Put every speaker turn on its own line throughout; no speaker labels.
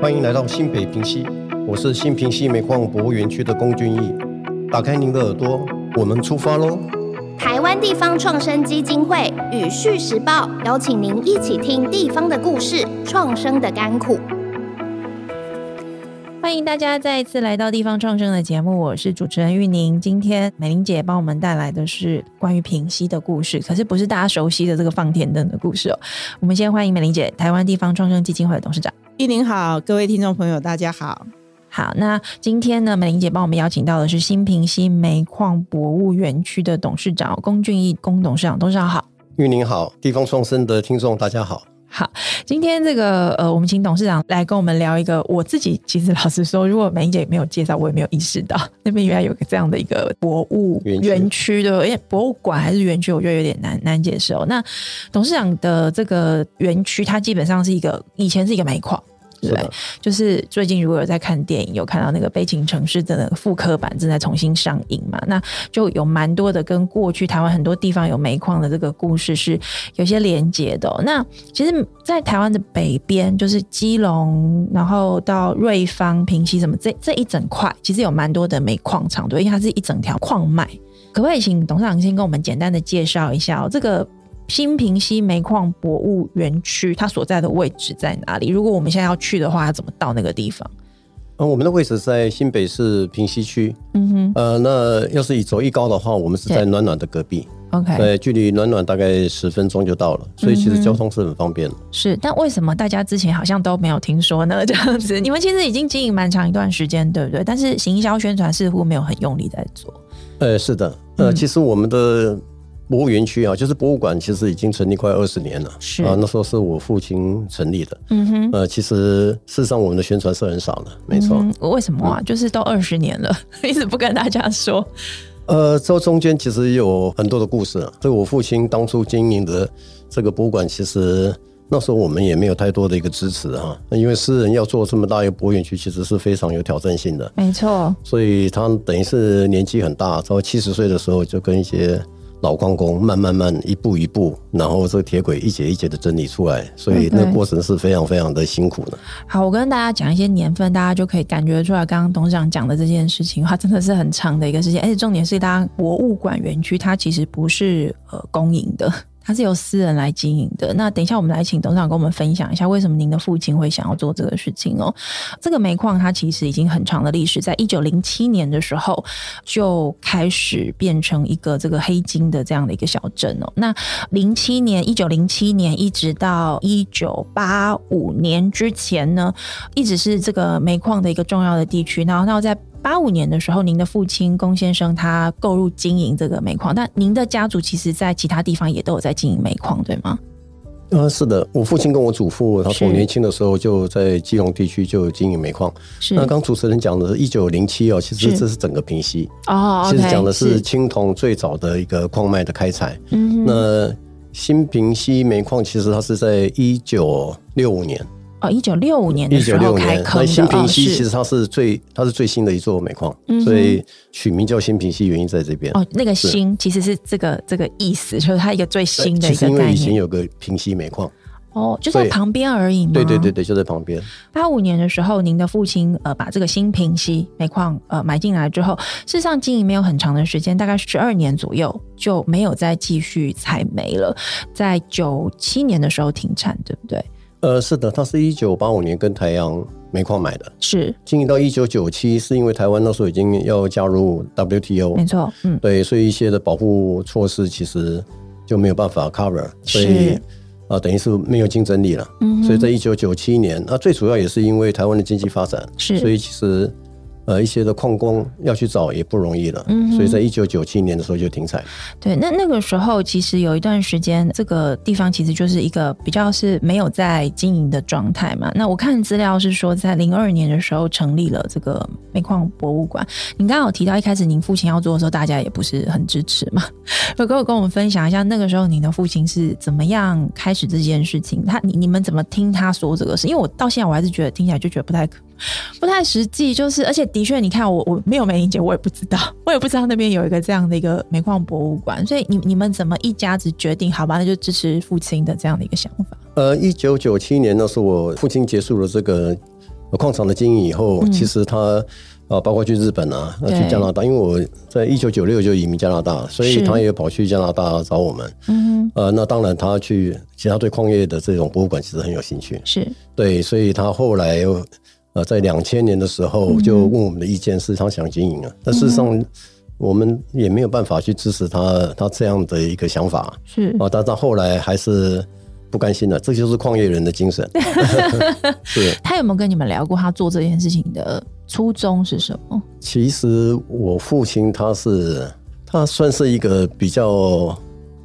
欢迎来到新北平溪，我是新平溪煤矿博物园区的龚俊义。打开您的耳朵，我们出发喽！
台湾地方创生基金会与《续时报》邀请您一起听地方的故事，创生的甘苦。
欢迎大家再一次来到《地方创生》的节目，我是主持人玉宁。今天美玲姐帮我们带来的是关于平溪的故事，可是不是大家熟悉的这个放天灯的故事哦。我们先欢迎美玲姐，台湾地方创生基金会的董事长。
玉林好，各位听众朋友，大家好。
好，那今天呢，美玲姐帮我们邀请到的是新平溪煤矿博物园区的董事长龚俊义，龚董事长，董事长好。
玉宁好，地方创生的听众大家好。
好，今天这个呃，我们请董事长来跟我们聊一个。我自己其实老实说，如果梅姐没有介绍，我也没有意识到那边原来有个这样的一个博物
园区
园区的，因为博物馆还是园区，我觉得有点难难解释哦。那董事长的这个园区，它基本上是一个以前是一个煤矿。对不
是
对
的，
就是最近如果有在看电影，有看到那个《悲情城市》的那个复刻版正在重新上映嘛？那就有蛮多的跟过去台湾很多地方有煤矿的这个故事是有些连结的哦、那其实，在台湾的北边，就是基隆，然后到瑞芳、平溪什么这这一整块，其实有蛮多的煤矿厂，对，因为它是一整条矿脉。可不可以请董事长先跟我们简单的介绍一下、哦、这个新平溪煤矿博物园区它所在的位置在哪里？如果我们现在要去的话，要怎么到那个地方？
嗯，我们的位置在新北市平西区。
嗯
呃，那要是以走一高的话，我们是在
对
暖暖的隔壁，
哼，OK，
呃，距离暖暖大概十分钟就到了，所以其
嗯
实
哼
交通是很方便的。
是。但为什么大家之前好像都没有听说呢？这样子，你们其实已经经营蛮长一段时间，对不对？但是行销宣传似乎没有很用力在做。
呃，是的，呃，
嗯
其实我们的博物园区啊，就是博物馆，其实已经成立快二十年了。
是
啊，那时候是我父亲成立的。
嗯哼，
呃，其实事实上我们的宣传是很少的，没错。
嗯为什么啊？就是都二十年了， 一直不跟大家说。
呃，这中间其实有很多的故事啊。所以我父亲当初经营的这个博物馆，其实那时候我们也没有太多的一个支持啊，那因为私人要做这么大一个博物园区，其实是非常有挑战性的。
没错，
所以他等于是年纪很大，到七十岁的时候，就跟一些老矿工慢慢慢一步一步，然后这个铁轨一节一节的整理出来，所以那
OK
过程是非常非常的辛苦的。
好，我跟大家讲一些年份，大家就可以感觉出来，刚刚董事长讲的这件事情，它真的是很长的一个事情，而且重点是，大家博物馆园区它其实不是呃公营的，它是由私人来经营的。那等一下我们来请董事长跟我们分享一下，为什么您的父亲会想要做这个事情哦。这个煤矿它其实已经很长的历史，在一九零七年的时候就开始变成一个这个黑金的这样的一个小镇哦。那零七年，一九零七年一直到一九八五年之前呢，一直是这个煤矿的一个重要的地区。然后，那在八五年的时候，您的父亲龚先生他购入经营这个煤矿，但您的家族其实在其他地方也都有在经营煤矿，对吗？
呃，是的，我父亲跟我祖父，他从
是
年轻的时候就在基隆地区就经营煤矿。
是
那刚主持人讲的，一九零七哦，其实
嗯是
这是整个平西，
哦
其实
OK，
讲的是青铜最早的一个矿脉的开采。
嗯哼，
那新平西煤矿其实它是在一九六五年，
哦，一九六五年的
一九
时
六
候
五
开
年，
坑
那
的，
新平溪
哦
其
是
实它是最它是最新的一座煤矿，
嗯哼
所以取名叫新平溪原因在这边。
哦，那个新其实是这个这个意思，就是它一个最新的
其
一
实
个
因呃为
概
以前
念
有个平溪煤矿，
哦，就在
对
旁边而已嘛。
对对对对，就在旁边。
八五年的时候，您的父亲呃把这个新平溪煤矿呃买进来之后，事实上经营没有很长的时间，大概十二年左右就没有再继续采煤了，在九七年的时候停产，对不对？
呃，是的，它是一九八五年跟台阳煤矿买的。
是，
经营到一九九七，是因为台湾那时候已经要加入 WTO，
没错，嗯，
对，所以一些的保护措施其实就没有办法 cover，所
是
以啊、呃等于是没有竞争力了。
嗯哼
所以在一九九七年，那、最主要也是因为台湾的经济发展，
是
所以其实呃一些的矿工要去找也不容易了，
嗯哼
所以在一九九七年的时候就停产。
对，那那个时候其实有一段时间，这个地方其实就是一个比较是没有在经营的状态嘛。那我看资料是说，在零二年的时候成立了这个煤矿博物馆。你刚刚有提到一开始您父亲要做的时候，大家也不是很支持嘛。 有跟我跟我们分享一下，那个时候您的父亲是怎么样开始这件事情？他你你们怎么听他说这个事？因为我到现在我还是觉得听起来就觉得不太可不太实际，就是而且的确，你看我我没有梅玲姐，我也不知道， 我也不知道那边有一个这样的一个煤矿博物馆，所以你你们怎么一家子决定？好吧，那就支持父亲的这样的一个想法。
呃，一九九七年那时候我父亲结束了这个。呃矿场的经营以后，其实它啊，包括去日本啊，呃
嗯对
去加拿大，因为我在一九九六就移民加拿大，所以
是
他也跑去加拿大找我们。
嗯哼，
呃，那当然，他去其实他对矿业的这种博物馆其实很有兴趣，
是
对，所以他后来呃，在两千年的时
嗯
候就问我们的意见，是他想经营啊，但事实上我们也没有办法去支持他他这样的一个想法啊
是，
啊，但他后来还是不甘心了，这就是矿业人的精神， 是。
他有没有跟你们聊过他做这件事情的初衷是什么？
其实我父亲他是他算是一个比较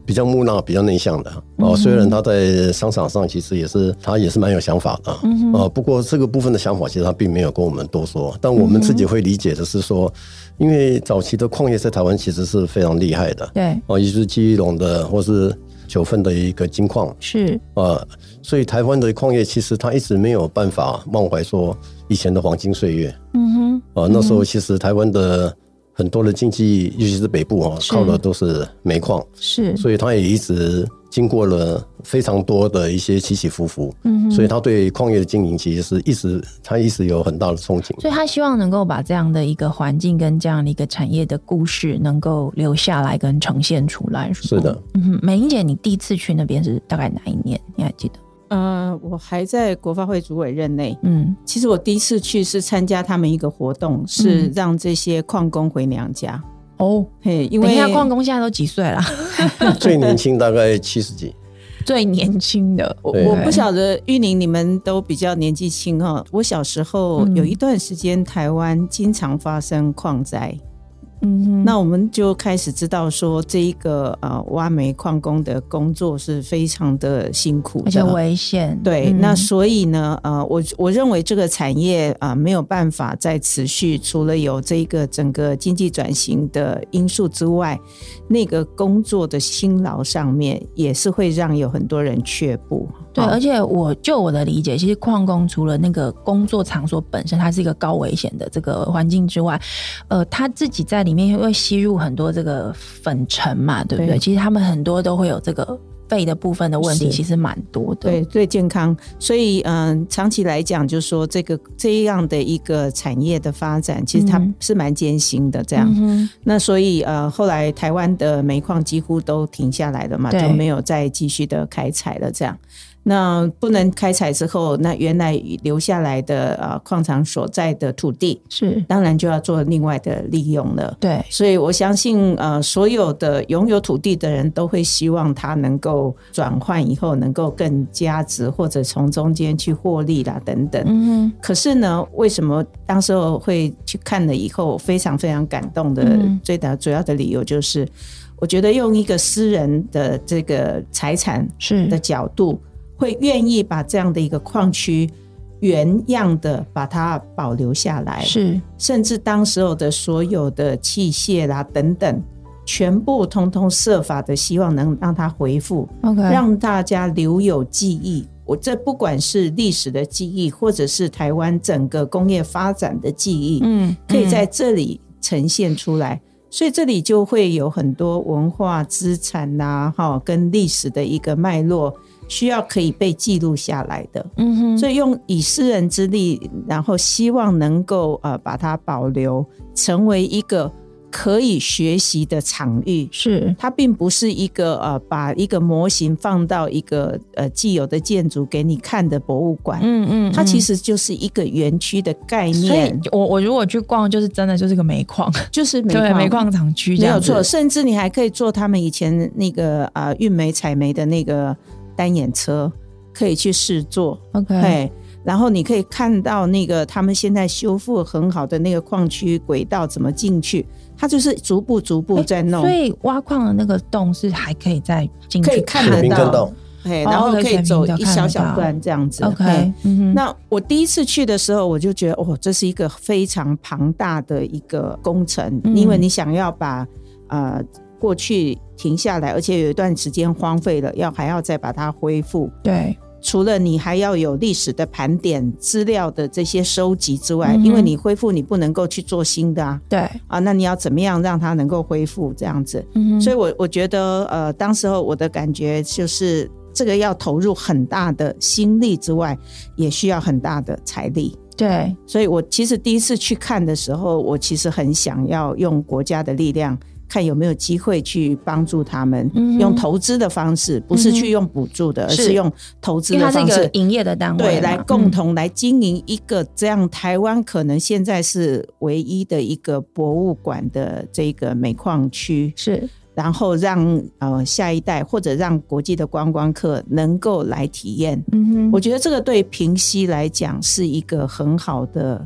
比较木讷、比较内向的哦。虽然他在商场上其实也是他也是蛮有想法的
嗯
哦。不过这个部分的想法其实他并没有跟我们多说，但我们自己会理解的是说，因为早期的矿业在台湾其实是非常厉害的
对，
哦，也就是基隆的或是九份的一个金矿。
是
呃，所以台湾的矿业其实它一直没有办法忘怀说以前的黄金岁月，
嗯哼，
啊，那时候其实台湾的很多的经济，尤其是北部啊，
是
靠的都是煤矿，
是，
所以它也一直经过了非常多的一些起起伏伏。
嗯哼，
所以他对矿业的经营其实是一直，他一直有很大的憧憬。
所以他希望能够把这样的一个环境跟这样的一个产业的故事能够留下来跟呈现出来。吗
是 的，
嗯哼，美英姐，你第一次去那边是大概哪一年？你还记得？
呃，我还在国发会主委任内。
嗯，
其实我第一次去是参加他们一个活动，是
嗯
让这些矿工回娘家。
哦，
嘿，因
等一
为
下，矿工现在都几岁了？
最年轻大概七十几，
最年轻的，我
对
我不晓得玉玲你们都比较年纪轻哈。我小时候
嗯
有一段时间，台湾经常发生矿灾，
嗯哼，
那我们就开始知道说这一个呃挖煤矿工的工作是非常的辛苦的，
而且危险，
对，
嗯
那所以呢，呃，我我认为这个产业啊、呃没有办法再持续，除了有这个整个经济转型的因素之外，那个工作的辛劳上面也是会让有很多人却步。
对，
哦
而且我就我的理解，其实矿工除了那个工作场所本身它是一个高危险的这个环境之外，呃，他自己在里面会吸入很多这个粉尘嘛，对不对？
对
其实他们很多都会有这个肺的部分的问题，
是
其实蛮多的。
对，对健康，所以嗯、长期来讲，就说这个这样的一个产业的发展，其实它
嗯
是蛮艰辛的。这样，
嗯哼，
那所以呃，后来台湾的煤矿几乎都停下来了嘛，
对
就没有再继续的开采了。这样，那不能开采之后，那原来留下来的呃矿场所在的土地，
是，
当然就要做另外的利用了。
对，
所以我相信，呃，所有的拥有土地的人都会希望它能够转换以后能够更加值，或者从中间去获利啦，等等。
嗯
可是呢，为什么当时候会去看了以后非常非常感动的
嗯
最大主要的理由就是，我觉得用一个私人的这个财产
哼，是
的角度，会愿意把这样的一个矿区原样的把它保留下来，
是，
甚至当时候的所有的器械啦等等，全部通通设法的希望能让它恢复，
OK，
让大家留有记忆。我这不管是历史的记忆，或者是台湾整个工业发展的记忆，
嗯，
可以在
嗯
这里呈现出来。所以这里就会有很多文化资产呐、哈，跟历史的一个脉络，需要可以被记录下来的。
嗯哼，
所以用以私人之力，然后希望能够呃把它保留，成为一个可以学习的场域。
是
它并不是一个呃，把一个模型放到一个呃既有的建筑给你看的博物馆，
嗯嗯，
它其
实。
实就是一个园区的概
所以
念，
我我如果去逛，就是真的就是个煤矿，
就是煤
对
矿
煤矿厂区这
没
样
有
子，
错，甚至你还可以坐他们以前那个啊运煤采煤的那个单眼车，可以去试坐，
OK，
哎，然后你可以看到那个他们现在修复很好的那个矿区轨道怎么进去，它就是逐步逐步在弄
所，以挖矿的那个洞是还可以再进去，
可以看
水
得
平坑
到，
道。
哎，
哦
然后
可以
可以
选
走
民的
一
看
小
得
小
到
段这样子。
OK，
嘿
嗯哼，
那我第一次去的时候，我就觉得哦，这是一个非常庞大的一个工程，
嗯
因为你想要把呃过去停下来，而且有一段时间荒废了，要还要再把它恢复。
对，
除了你还要有历史的盘点、资料的这些收集之外，
嗯哼
因为你恢复你不能够去做新的啊
对，
啊，那你要怎么样让它能够恢复这样子？
嗯哼
所以我我觉得呃，当时候我的感觉就是这个要投入很大的心力之外，也需要很大的财力。
对，
所以我其实第一次去看的时候，我其实很想要用国家的力量，看有没有机会去帮助他们，
嗯哼嗯
用投资的方式，不是去用补助的，而
是
是用投资
因为
的
它是一
方
个
式。
营业的单位嘛，嗯
对，来共同来经营一个这样台湾可能现在是唯一的一个博物馆的这个煤矿
嗯，
区
是
然后让呃下一代或者让国际的观光客能够来体验。
嗯哼，
我觉得这个对平溪来讲是一个很好的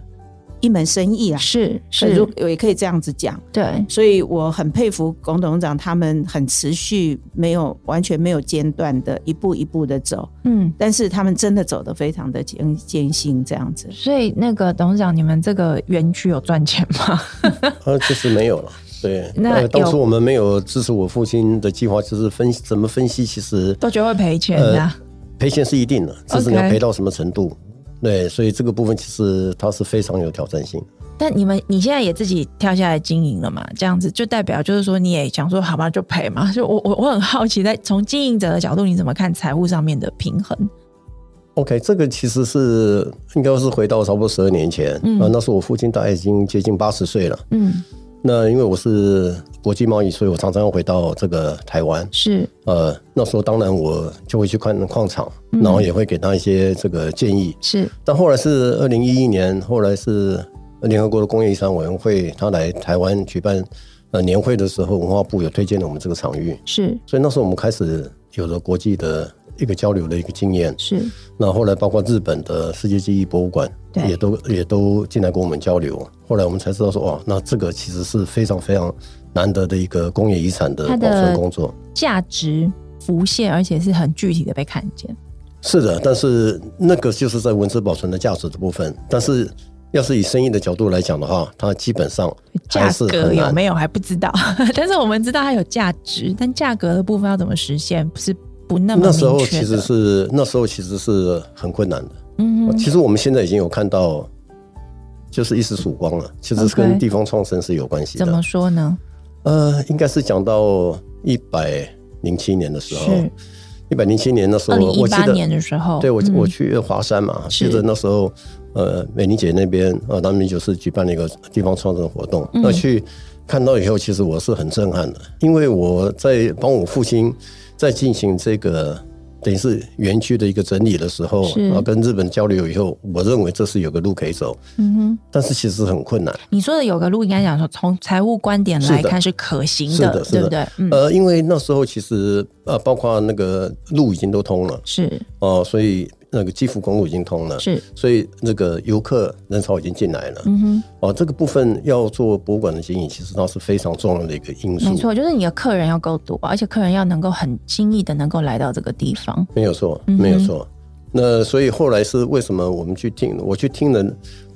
一门生意啊，
是
可
是
如，我也可以这样子讲。
对，
所以我很佩服龚董事长他们很持续、没有完全没有间断的一步一步的走，
嗯。
但是他们真的走得非常的艰艰辛，这样子。
所以那个董事长，你们这个园区有赚钱吗？
呃，其实没有 了。对，
那
呃当
有
初我们没有支持我父亲的计划，就是分析怎么分析，其实呃
都觉得会赔钱啊嗯的、
赔钱是一定的，只是你要
OK
赔到什么程度。对，所以这个部分其实它是非常有挑战性。
但你们你现在也自己跳下来经营了嘛？这样子就代表就是说你也想说好吧，就赔嘛。 就我我我很好奇，在从经营者的角度，你怎么看财务上面的平衡？
OK，这个其实是应该是回到差不多十二年前，
嗯
啊那时候我父亲大概已经接近八十岁了。
嗯，
那因为我是国际贸易，所以我常常要回到这个台湾。
是
呃，那时候当然我就会去看矿场，
嗯
然后也会给他一些这个建议。
是，
但后来是二零一一年，后来是联合国的工业遗产委员会，他来台湾举办呃年会的时候，文化部有推荐了我们这个场域，
是
所以那时候我们开始有了国际的一个交流的一个经验。
是，
那后来包括日本的世界记忆博物馆，
对
也都也都进来跟我们交流。后来我们才知道说，哇，那这个其实是非常非常难得的一个工业遗产的
它
保
的
存工作。
价值浮现，而且是很具体的被看见。
是的，但是那个就是在文字保存的价值的部分。但是要是以生意的角度来讲的话，它基本上还
价
是
格
很
有
难。
没有还不知道， 但是我们知道它有价值，但价格的部分要怎么实现，不是不那么
那时候
明确
其
的
实是那时候其实是很困难的。
嗯哼
其实我们现在已经有看到，就是一时曙光了。其实是
OK
跟地方创生是有关系的。
怎么说呢？
呃，应该是讲到一百零七年的时候
是，
一百零七年那时候
二零，一
我记
八
得
年的时候，
对我、
嗯
我去华山嘛，
是
记得那时候，呃，美玲姐那边，呃，他们就是举办了一个地方创生活
嗯
动，那去看到以后，其实我是很震撼的，因为我在帮我父亲在进行这个。等于是园区的一个整理的时候，
是
然后跟日本交流以后，我认为这是有个路可以走，
嗯哼。
但是其实很困难。
你说的有个路，应该讲说，从财务观点来看是可行
是
的，
的，是
对
的，
不对？嗯，
呃，因为那时候其实呃，包括那个路已经都通了
是
哦、所以那个基辅公路已经通了，
是，
所以那个游客人潮已经进来了。
嗯哼，
哦，这个部分要做博物馆的经营，其实它是非常重要的一个因素。
没，错，就是你的客人要够多，而且客人要能够很轻易的能够来到这个地方。
没有错，
嗯哼
没有错。那所以后来是为什么我们去听，我去听了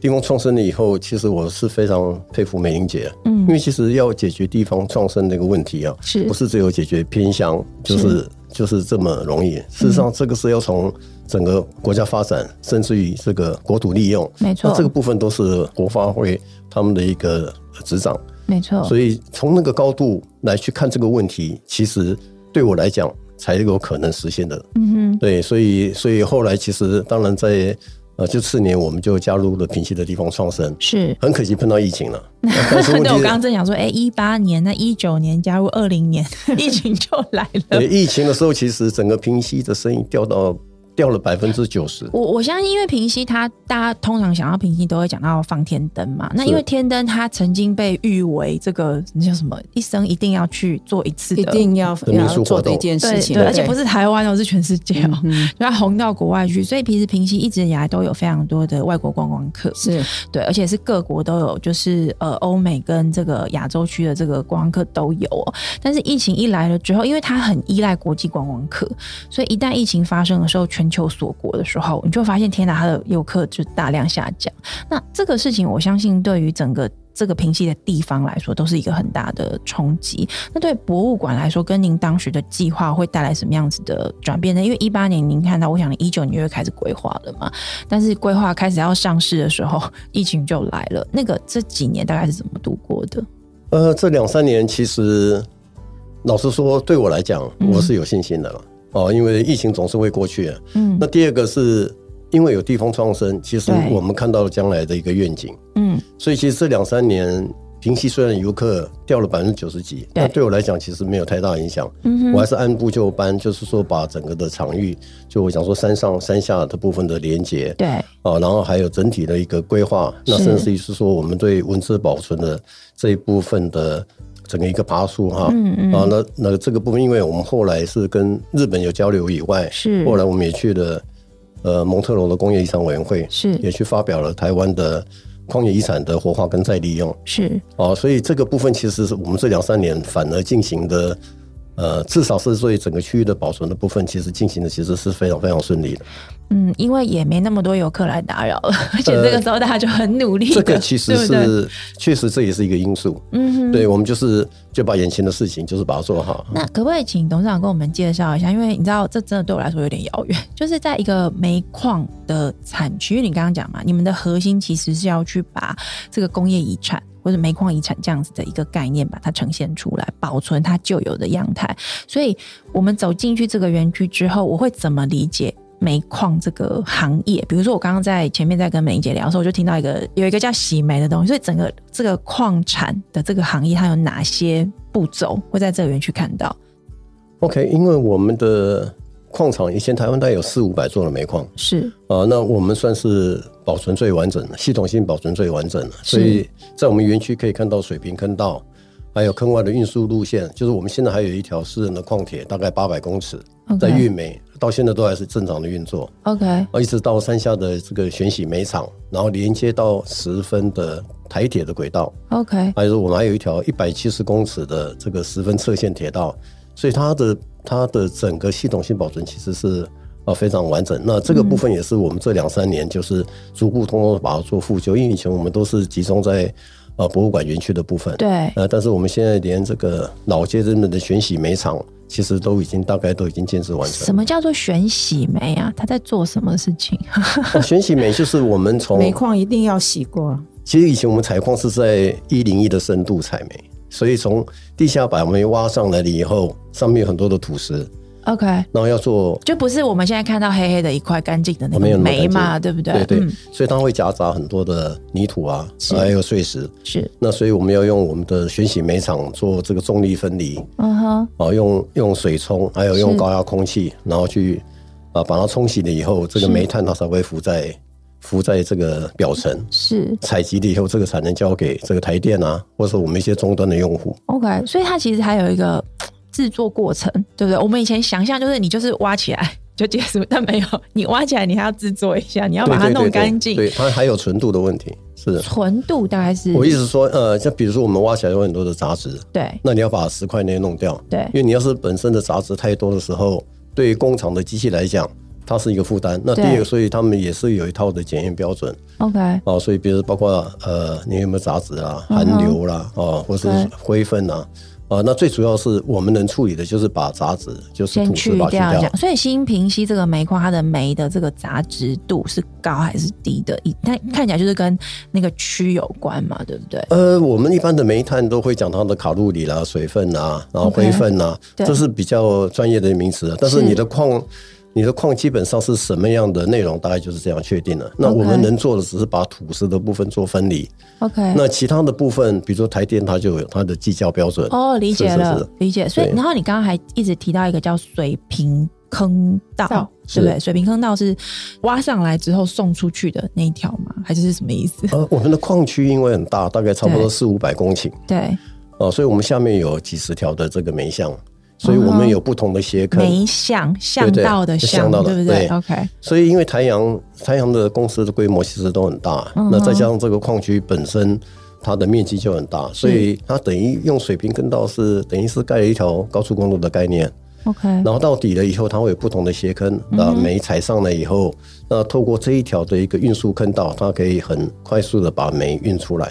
地方创生了以后，其实我是非常佩服美玲姐，啊
嗯
因为其实要解决地方创生这个问题啊，
是
不是只有解决偏乡，就是就是这么容易？事实上，这个是要从整个国家发展，甚至于这个国土利用，
没错
那这个部分都是国发会他们的一个执掌。
没错，
所以从那个高度来去看这个问题，其实对我来讲才有可能实现的。
嗯
对，所以所以后来其实当然在呃，就次年我们就加入了平溪的地方创生
哼，，是。
很可惜碰到疫情了。但是问 题
对，我
是
刚刚正想说，哎，一八年、那一九年加入二零年， 疫情就来了
对。疫情的时候，其实整个平溪的生意掉到掉了百分之九十。
我我相信，因为平息它，大家通常想到平息都会讲到放天灯嘛。那因为天灯它曾经被誉为这个那叫什么，一生一定要去做一次的，
一定要
的民
要
俗活动
做的一件
对
事情，
对，而且不是台湾哦，是全世界 哦，
嗯
就它红到国外去。所以平时平溪一直以来都有非常多的外国观光客，
是
对，而且是各国都有，就是呃欧美跟这个亚洲区的这个观光客都有、哦。但是疫情一来了之后，因为它很依赖国际观光客，所以一旦疫情发生的时候，全球锁国的时候，你就会发现天哪，它的游客就大量下降。那这个事情，我相信对于整个。这个平息的地方来说，都是一个很大的冲击。那对博物馆来说，跟您当时的计划会带来什么样子的转变呢？因为一八年您看到，我想一九年就会开始规划了嘛。但是规划开始要上市的时候， 疫情就来了。那个这几年大概是怎么度过的？
呃，这两三年其实老实说，对我来讲，
嗯
我是有信心的了。哦，因为疫情总是会过去的。
嗯
那第二个是因为有地方创生，其实
对
我们看到了将来的一个愿景。
嗯，
所以其实这两三年，平溪虽然游客掉了百分之九十几，但对我来讲其实没有太大影响。
嗯
我还是按部就班，就是说把整个的场域，就我想说山上山下的部分的连接，
对，
啊，然后还有整体的一个规划，那
是
甚至于是说我们对文字保存的这一部分的整个一个爬树哈，
嗯嗯
啊，那那这个部分，因为我们后来是跟日本有交流以外，
是
后来我们也去了呃蒙特罗的工业遗产委员会，也
是
去发表了台湾的矿业遗产的活化跟再利用，
是，
哦，所以这个部分其实是我们这两三年反而进行的。呃，至少是对整个区域的保存的部分，其实进行的其实是非常非常顺利的。
嗯，因为也没那么多游客来打扰了，而且这个时候大家就很努力的，
呃这个其实
对不对
是确实这也是一个因素。
嗯哼。
对，我们就是就把眼前的事情就是把它做好。
那可不可以请董事长跟我们介绍一下？因为你知道，这真的对我来说有点遥远。 就是在一个煤矿的产区，因为你刚刚讲嘛，你们的核心其实是要去把这个工业遗产或者煤矿遗产这样子的一个概念，把它呈现出来，保存它旧有的样态。所以，我们走进去这个园区之后，我会怎么理解？煤矿这个行业，比如说我刚刚在前面在跟美玲姐聊的时候，我就听到一个有一个叫洗煤的东西，所以整个这个矿产的这个行业，它有哪些步骤会在这个园区看到？
OK，因为我们的矿场以前台湾大概有四五百座的煤矿
是
啊、那我们算是保存最完整的，系统性保存最完整的，所以在我们园区可以看到水平坑道。还有坑外的运输路线，就是我们现在还有一条私人的矿铁，大概八百公尺，在
OK
运煤，到现在都还是正常的运作。
OK
啊，一直到山下的这个选洗煤场，然后连接到十分的台铁的轨道，
OK
还有我们还有一条一百七十公尺的这个十分侧线铁道，所以它的它的整个系统性保存其实是啊非常完整。那这个部分也是我们这两三年就是逐步通通把它做复修，因为以前我们都是集中在呃博物馆园区的部分，
对
呃，但是我们现在连这个老街这边的选洗煤场，其实都已经大概都已经建设完成了。
什么叫做选洗煤啊？他在做什么事情？
哦选洗煤就是我们从
煤矿一定要洗过，
其实以前我们采矿是在一零一的深度采煤，所以从地下把煤挖上来了以后，上面有很多的土石，
OK，
然后要做
就不是我们现在看到黑黑的一块干净的那
没有那么
个
干
煤
净
嘛，对不对？
对对，
嗯，
所以它会夹杂很多的泥土啊，还有碎石。
是，
那所以我们要用我们的选洗煤场做这个重力分离
嗯哼，
啊，用用水冲，还有
是
用高压空气，然后去啊把它冲洗了以后，这个
是
煤炭它才会浮在浮在这个表层。
是
采集了以后，这个才能交给这个台电啊，或者我们一些终端的用户。
OK，所以它其实还有一个嘖制作过程，对不对？我们以前想象就是你就是挖起来 就结束，但没有，你挖起来你还要制作一下，你要
对
把它
对
弄
对对
干净，
对它还有纯度的问题。是的，
纯度大概是
我意思说，呃，像比如说我们挖起来有很多的杂质，
对
那你要把石块那些弄掉，
对
因为你要是本身的杂质太多的时候，对于工厂的机器来讲，它是一个负担。那第
对
二个，所以他们也是有一套的检验标准
OK
哦，所以比如包括呃，你有没有杂质啊、
嗯
含
哼
硫啦，哦，或是
对
灰分啊，啊，那最主要是我们能处理的就是把杂质，就是
先
土
去
质把它
掉这
去掉
样，。所以新平溪这个煤矿，它的煤的这个杂质度是高还是低的？以它看起来就是跟那个区有关嘛，对不对？
呃，我们一般的煤炭都会讲它的卡路里啦、水分啦，然后
OK
灰分啦
对
这是比较专业的名词。啊但是
是
你的矿，你的矿基本上是什么样的内容，大概就是这样确定的。那
OK
我们能做的只是把土石的部分做分离，
OK，
那其他的部分，比如说台电，它就有它的计价标准。
哦，理解
是是
了，
是
理解。所以，
对
然后你刚刚还一直提到一个叫水平坑道，
道
对不对？水平坑道是挖上来之后送出去的那一条吗？还是是什么意思？
呃，我们的矿区因为很大，大概差不
对
多四五百公顷
对，
哦，所以我们下面有几十条的这个煤巷，所以我们有不同的斜坑。
哦煤巷巷
对
道的巷，
巷道的
对不
对
对 o k
所以，因为台阳台阳的公司的规模其实都很大，
嗯哼
那再加上这个矿区本身它的面积就很
嗯
大，所以它等于用水平跟道是等于是盖了一条高速公路的概念。
嗯 OK，
然后到底了以后，它会有不同的斜坑，
嗯
那煤踩上来以后，那透过这一条的一个运输坑道，它可以很快速的把煤运出来，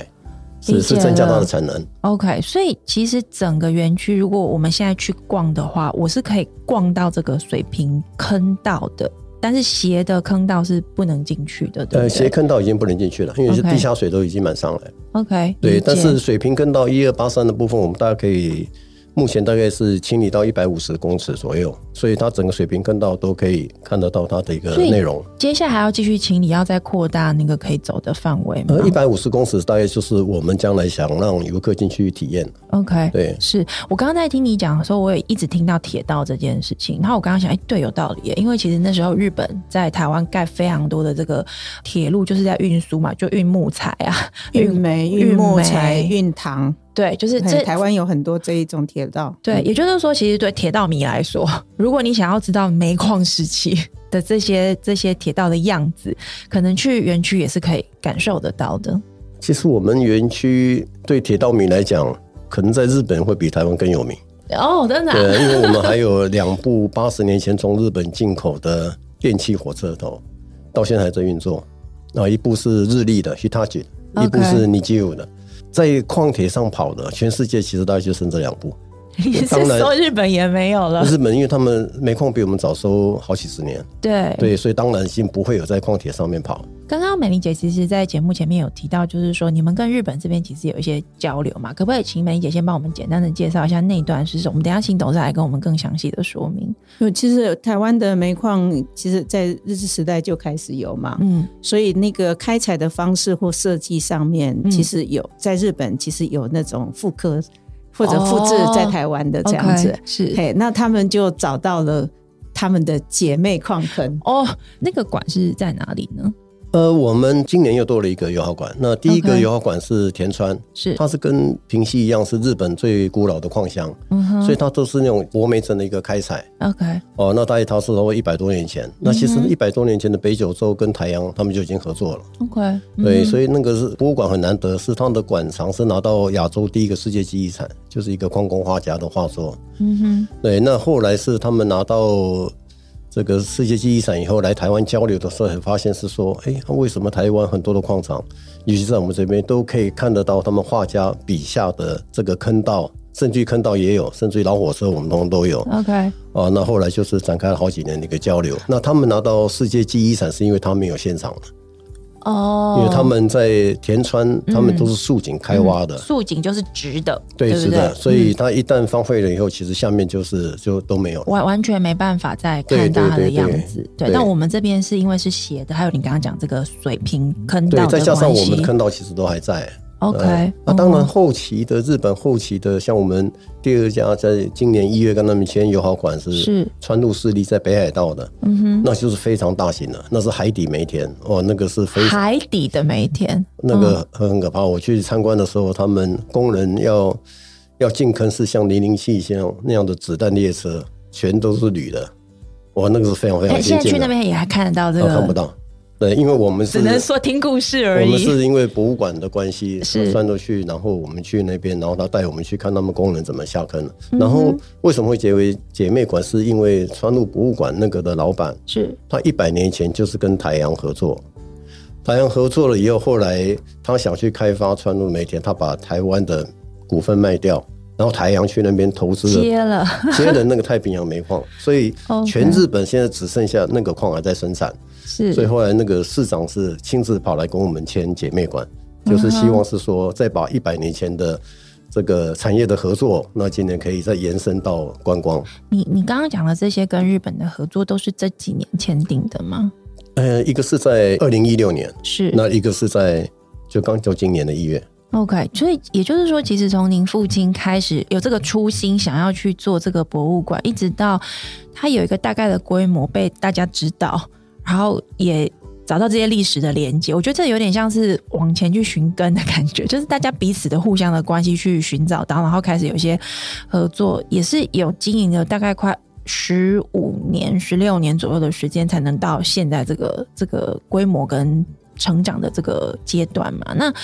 是
理解
是增加它
了
的产能。
OK，所以其实整个园区，如果我们现在去逛的话，我是可以逛到这个水平坑道的，但是斜的坑道是不能进去的，对
呃，
不对、
斜坑道已经不能进去了，因为是
嗯 OK
地下水都已经满上来了。
o k
对，但是水平跟到一二八三的部分，我们大概可以目前大概是清理到一百五十公尺左右，所以它整个水平坑道都可以看得到它的一个
所以
内容。
接下来还要继续清理，要再扩大那个可以走的范围吗
呃，一百五十公尺大概就是我们将来想让游客进去体验。
？OK，
对
是我刚刚在听你讲的时候，我也一直听到铁道这件事情。然后我刚刚想，哎、对，有道理耶，因为其实那时候日本在台湾盖非常多的这个铁路，就是在运输嘛，就运木材啊，
运煤、运木材、
运煤
运糖，
对，就是
嘿
这
台湾有很多这一种铁道。嗯
对，也就是说，其实对铁道迷来说，如果你想要知道煤矿时期的这些这些铁道的样子，可能去园区也是可以感受得到的。
其实我们园区对铁道迷来讲，可能在日本会比台湾更有名。
哦，真的啊、
对，因为我们还有两部八十年前从日本进口的电气火车头，到现在还在运作。啊，一部是日立的 Hitachi，一部
OK
是 Nijiu 的。在矿铁上跑的，全世界其实大概就剩这两部。
你是
当然
说日本也没有了？
日本因为他们煤矿比我们早收好几十年，
对，
对，所以当然已经不会有在矿铁上面跑。
刚刚美玲姐其实，在节目前面有提到，就是说你们跟日本这边其实有一些交流嘛，可不可以请美玲姐先帮我们简单的介绍一下那一段是什么？我们等一下请董事长来跟我们更详细的说明。
就其实台湾的煤矿，其实在日治时代就开始有嘛，
嗯，
所以那个开采的方式或设计上面，
嗯
其实有、在日本其实有那种复刻或者复制
哦
在台湾的这样子。
是
嘿，那他们就找到了他们的姐妹矿坑。
哦，那个馆是在哪里呢？
呃，我们今年又多了一个油耗馆。那第一个
OK
油耗馆是田川，
是，
它是跟平溪一样是日本最古老的矿乡，
嗯
所
哼
以它都是那种薄煤层的一个开采。
，OK，
哦，那大概它是稍微一百多年前。那其实
嗯哼
一百多年前的北九州跟台阳他们就已经合作了。
OK，
对，
以
所以那个是博物馆很难得，是他们的馆藏是拿到亚洲第一个世界级遗产，就是一个矿工画家的画作。
嗯
对，那后来是他们拿到这个世界级遗产以后，来台湾交流的时候，才发现是说，哎，为什么台湾很多的矿场，尤其在我们这边，都可以看得到他们画家笔下的这个坑道，甚至于坑道也有，甚至于老火车，我们通通都有。
哼，OK，
啊，那后来就是展开了好几年的一个交流。那他们拿到世界记忆遗产，是因为他们有现场的，
哦，嗯
因为他们在田川，他们都是竖井开挖的，
竖井嗯就是直的，
对，
对不
是
对嗯
的。所以它一旦荒废了以后，其实下面就是就都没有了。
完完全没办法再看
对
到
对
它的
对
样
对
子。对，
对
但我们这边是因为是斜的，还有你刚刚讲这个水平坑道
对，
的
再加上
关
我们
系
的坑道其实都还在。
OK，哦
哎那当然，后期的日本后期的，像我们第二家在今年一月跟他们签友好款
是
是川陆势力在北海道的，
嗯哼，
那就是非常大型的，那是海底煤田哦，那个是非常。
海底的煤田，
那
嗯
个很可怕。我去参观的时候，他们工人要要进坑是像零零七像那样的子弹列车，全都是铝的。哇，那个是非常非
哎，
常
现
先
在
进
去
的，
那边也还看得到这
哦看不
个，
到。对，因为我们是
只能说听故事而
我们
已。
是因为博物馆的关系，
是
算出去，然后我们去那边，然后他带我们去看他们工人怎么下坑。
嗯
然后为什么会结为姐妹馆？是因为川路博物馆那个的老板
是
他一百年前就是跟台阳合作，台阳合作了以后，后来他想去开发川路煤田，他把台湾的股份卖掉，然后台阳去那边投资了，
接了，
接了那个太平洋煤矿，所以
OK
全日本现在只剩下那个矿还在生产。所以
是
后来那个市长是亲自跑来跟我们签姐妹馆，就是希望是说再把一百年前的。这个产业的合作，那今年可以再延伸到观光。
你你刚刚讲的这些跟日本的合作都是这几年签订的吗？
呃，一个是在二零一六年，
是
那一个是在就刚就今年的一月，
OK，所以也就是说，其实从您父亲开始有这个初心，想要去做这个博物馆，一直到它有一个大概的规模被大家知道，然后也找到这些历史的连接。我觉得这有点像是往前去寻根的感觉， 就是大家彼此的互相的关系去寻找到，然后开始有一些合作，也是有经营了大概快。十五年、十六年左右的时间，才能到现在这个这个规模跟成长的这个阶段嘛？那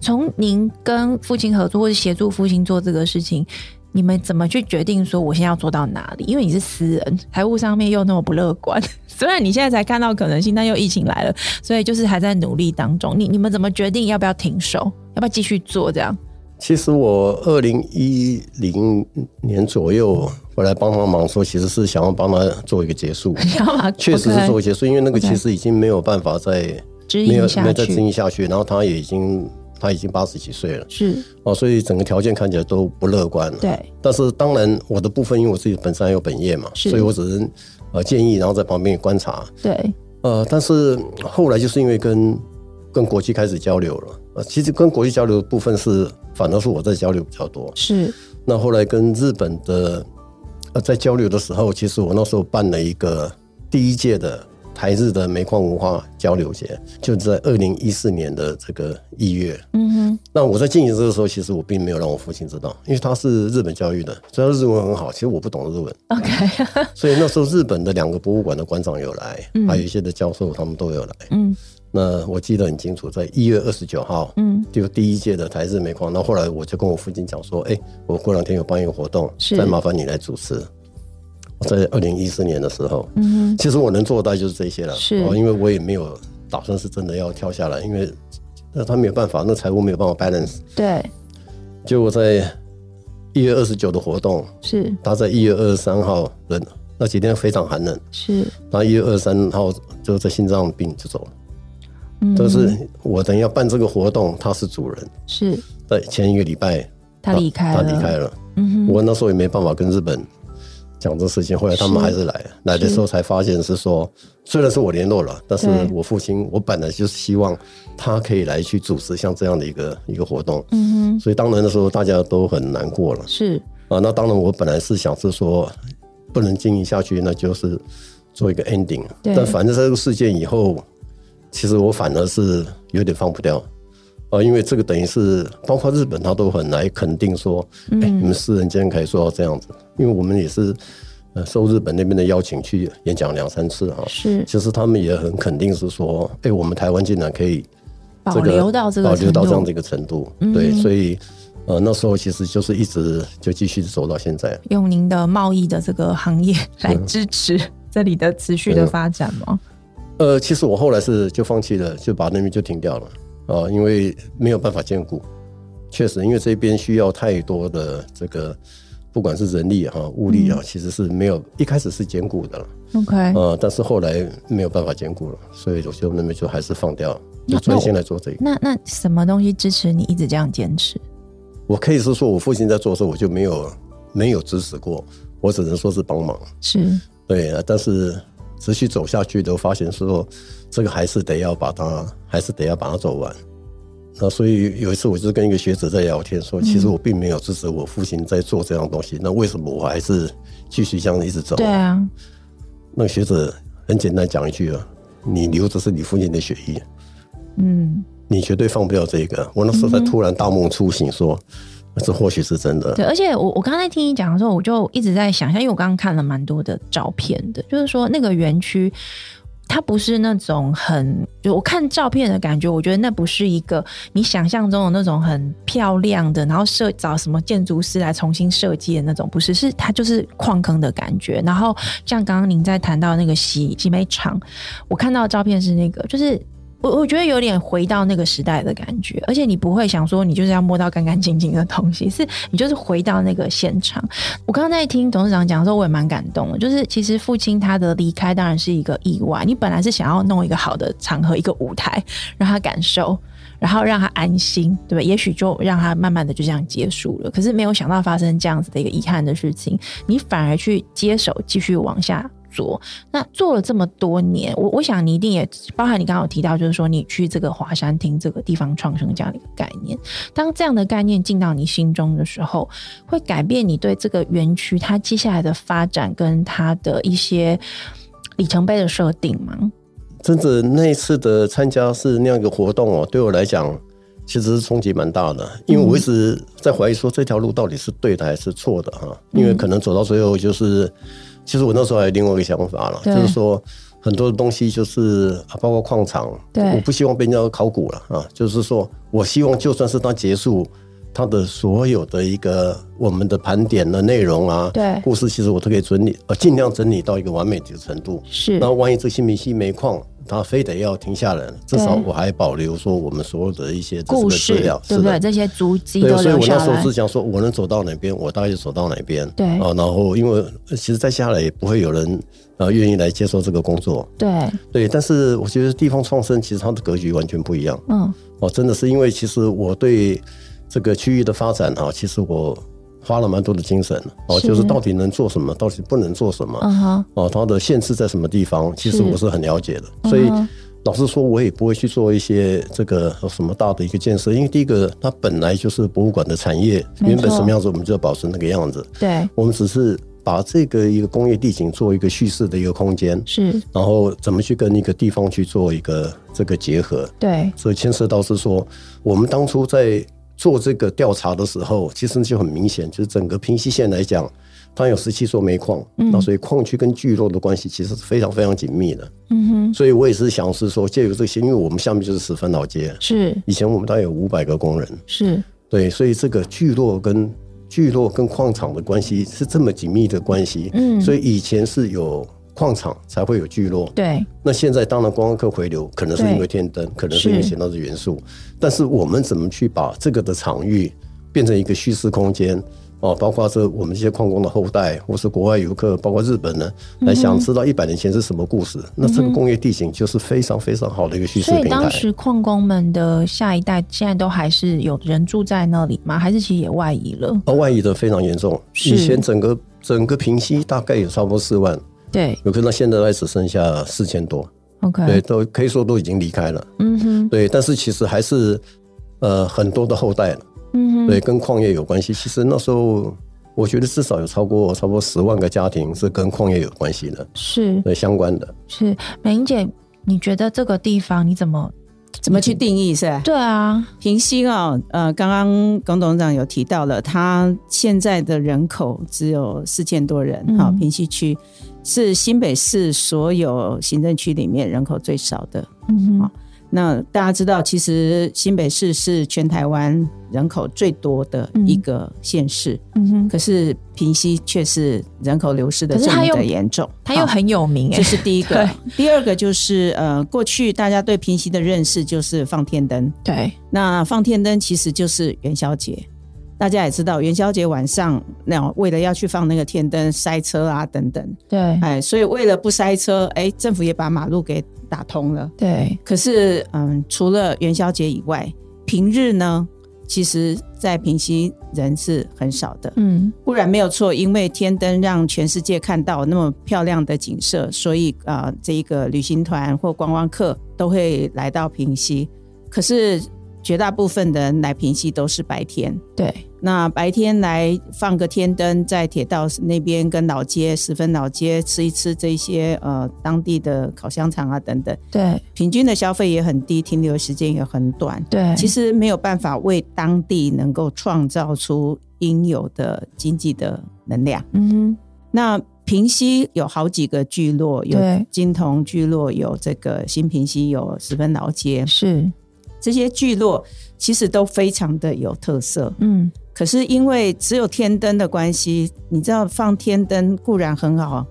从您跟父亲合作，或者协助父亲做这个事情，你们怎么去决定说我现在要做到哪里？因为你是私人，财务上面又那么不乐观，虽然你现在才看到可能性，但又疫情来了，所以就是还在努力当中。你你们怎么决定要不要停手，要不要继续做这样？
其实我二零一零年左右我来帮他忙的时候，其实是想要帮他做一个结束，
你要把
确实是做一
OK，
个结束，因为那个
OK
其实已经没有办法再
指
没有没
引下
有再
去
经营下去，然后他也已经他已经八十几岁了
是
哦，所以整个条件看起来都不乐观。
嗯对，
但是当然，我的部分因为我自己本身还有本业嘛，
是
所以我只能呃建议，然后在旁边观察。
对，
呃，但是后来就是因为跟跟国际开始交流了，呃，其实跟国际交流的部分是反而是我在交流比较多。
是
那后来跟日本的呃在交流的时候，其实我那时候办了一个第一届的台日的煤矿文化交流节，就在二零一四年的这个一月。
嗯哼，
那我在进行这个时候，其实我并没有让我父亲知道，因为他是日本教育的，虽然日文很好，其实我不懂日文。
OK，
所以那时候日本的两个博物馆的馆长有来，
嗯
还有一些的教授他们都有来。
嗯
那我记得很清楚，在一月二十九号，
嗯，
就第一届的台日煤矿。那后来我就跟我父亲讲说，哎、我过两天有办一个活动，
是
再麻烦你来主持。在二零一四年的时候，
嗯
其实我能做的大概就是这些了，
是
哦因为我也没有打算是真的要跳下来，因为那他没有办法，那财务没有办法 balance。
哼，对，
结果在一月二十九的活动，
是
他在一月二十三号人那几天非常寒冷，
是，
然后一月二三号就在心脏病就走了。
嗯，
但是我等于要办这个活动，他是主人，
是
在前一个礼拜
他离开了，
他离开，了。
嗯哼，
我那时候也没办法跟日本讲这事情，后来他们还是来来的时候才发现是说，虽然是我联络了，但是
对
我父亲我本来就是希望他可以来去主持像这样的一个一个活动，
嗯哼，
所以当然的时候大家都很难过了。
是
啊，那当然，我本来是想是说不能经营下去，那就是做一个 ending。
对
但反正这个事件以后，其实我反而是有点放不掉啊，因为这个等于是包括日本，他都很来肯定说，哎、你们私人间可以做到这样子，因为我们也是呃受日本那边的邀请去演讲两三次啊。
是，
其实他们也很肯定是说，哎、我们台湾竟然可以
保
这个
留到这个
保留到这样
程度嗯
的一个程度，对，所以呃那时候其实就是一直就继续走到现在。
用您的贸易的这个行业来支持这里的持续的发展 吗？
呃，其实我后来是就放弃了，就把那边就停掉了啊、因为没有办法兼顾。确实，因为这边需要太多的这个，不管是人力哈、物力
嗯
啊，其实是没有一开始是兼顾的了，
OK，
呃，但是后来没有办法兼顾了，所以我就那边就还是放掉了，
那
就专心来做这个。
那那什么东西支持你一直这样坚持？
我可以是说我父亲在做的时候，我就没有没有支持过，我只能说是帮忙。
是
对，呃但是持续走下去，都发现说这个还是得要把它，还是得要把它走完。那所以有一次，我就是跟一个学者在聊天说，其实
嗯
我并没有支持我父亲在做这样的东西，那为什么我还是继续这样一直走？
对啊，
那个学者很简单讲一句啊，你流的是你父亲的血液，
嗯，
你绝对放不掉这个。我那时候才突然大梦初醒说，这或许是真的。
对，而且我我刚才听你讲的时候，我就一直在想象，因为我刚刚看了蛮多的照片的，就是说那个园区。它不是那种很，就我看照片的感觉，我觉得那不是一个你想象中的那种很漂亮的，然后设找什么建筑师来重新设计的那种，不是，是它就是矿坑的感觉。然后像刚刚您在谈到那个洗洗煤厂，我看到的照片是那个，就是我我觉得有点回到那个时代的感觉，而且你不会想说你就是要摸到干干净净的东西，是你就是回到那个现场。我刚刚在听董事长讲的时候，我也蛮感动的，就是其实父亲他的离开当然是一个意外，你本来是想要弄一个好的场合，一个舞台让他感受。然后让他安心，对吧？也许就让他慢慢的就这样结束了。可是没有想到发生这样子的一个遗憾的事情，你反而去接手继续往下做。那做了这么多年，我我想你一定也包含你刚刚有提到，就是说你去这个华山厅这个地方创生这样的一个概念。当这样的概念进到你心中的时候，会改变你对这个园区它接下来的发展跟它的一些里程碑的设定吗？
真的那一次的参加是那样一个活动哦，对我来讲其实是冲击蛮大的，因为我一直在怀疑说这条路到底是对的还是错的哈，
嗯
因为可能走到最后就是，其实我那时候还有另外一个想法了，
对
就是说。很多的东西就是啊，包括矿场，
对
我不希望被人家考古了啊。就是说我希望，就算是它结束，它的所有的一个我们的盘点的内容啊，
对
故事，其实我都可以整理，呃，尽量整理到一个完美的程度。
是
那万一这些明星煤矿它非得要停下来了，至少
对
我还保留说我们所有的一些这
故
个资
事
料，，
对
是
不
的
对？这些足迹
对，
都
所以
留
我
下
那时候
来
是。想说，我能走到哪边，我大概就走到哪边。
对
啊，然后因为呃其实再下来也不会有人呃愿意来接受这个工作，
对，
对。但是我觉得地方创生其实它的格局完全不一样
嗯，
哦，真的是因为其实我对这个区域的发展啊，其实我花了蛮多的精神哦，
是
就是到底能做什么，到底不能做什么。
嗯哼，
哦，它的限制在什么地方？其实
是
我是很了解的，所以
嗯哼
老实说，我也不会去做一些这个呃什么大的一个建设，因为第一个，它本来就是博物馆的产业，
没错
原本什么样子，我们就要保持那个样子。
对，
我们只是把这个一个工业地景做一个叙事的一个空间，
是，
然后怎么去跟一个地方去做一个这个结合，
对，
所以牵涉到是说，我们当初在做这个调查的时候，其实就很明显，就是整个平西县来讲，它有十七座煤矿，
嗯
那所以矿区跟聚落的关系其实是非常非常紧密的。
嗯哼，
所以我也是想是说，借由这些，因为我们下面就是十分老街，
是
以前我们大概有五百个工人，
是，
对，所以这个聚落跟聚落跟矿场的关系是这么紧密的关系，
嗯
所以以前是有矿场才会有聚落，
对，
那现在当然观光客回流，可能是因
对
为天灯，可能是因为
是
闲到的元素，但是我们怎么去把这个的场域变成一个叙事空间？哦，包括这我们这些矿工的后代，或是国外游客，包括日本人，
嗯
来想知道一百年前是什么故事。那这个工业地景就是非常非常好的一个叙事
所以
平
当
台。
时矿工们的下一代现在都还是有人住在那里吗？还是其实也外移了？
而哦外移的非常严重，
是
以前整个整个平西大概有差不多四万，
对
有可能现在大概只剩下四千多，
，OK，
对，都可以说都已经离开了。
嗯哼，
对，但是其实还是呃很多的后代了。
嗯哼，
对，跟矿业有关系。其实那时候，我觉得至少有超过超过十万个家庭是跟矿业有关系的，
是
对相关的。
是，美英姐，你觉得这个地方你怎么？
怎么去定义是吧？
对啊，
平西哦，呃，刚刚龚董事长有提到了，他现在的人口只有四千多人，
嗯
好、平西区是新北市所有行政区里面人口最少的。
嗯哼
好，那大家知道，其实新北市是全台湾人口最多的一个县市，
嗯哼，
可是平西却是人口流失的
可是
这
它
么的
又
严重，
它又
好
很有名哎
这，是第一 个
对。
第二个就是呃，过去大家对平西的认识就是放天灯，
对，
那放天灯其实就是元宵节。大家也知道，元宵节晚上，那为了要去放那个天灯，塞车啊等等，
对，
哎，所以为了不塞车，哎，政府也把马路给打通了。
对，
可是，嗯，除了元宵节以外，平日呢，其实在平西人是很少的。
嗯，
固然没有错，因为天灯让全世界看到那么漂亮的景色，所以啊、呃这一个旅行团或观光客都会来到平西。可是绝大部分的人来平西都是白天，
对，
那白天来放个天灯，在铁道那边跟老街、十分老街吃一吃这些呃当地的烤香肠啊等等，
对，
平均的消费也很低，停留时间也很短。
对，
其实没有办法为当地能够创造出应有的经济的能量。
嗯
那平西有好几个聚落，有
对
金铜聚落，有这个新平西，有十分老街
哼，，是，
这些聚落其实都非常的有特色。
嗯，
可是因为只有天灯的关系，你知道放天灯固然很好，啊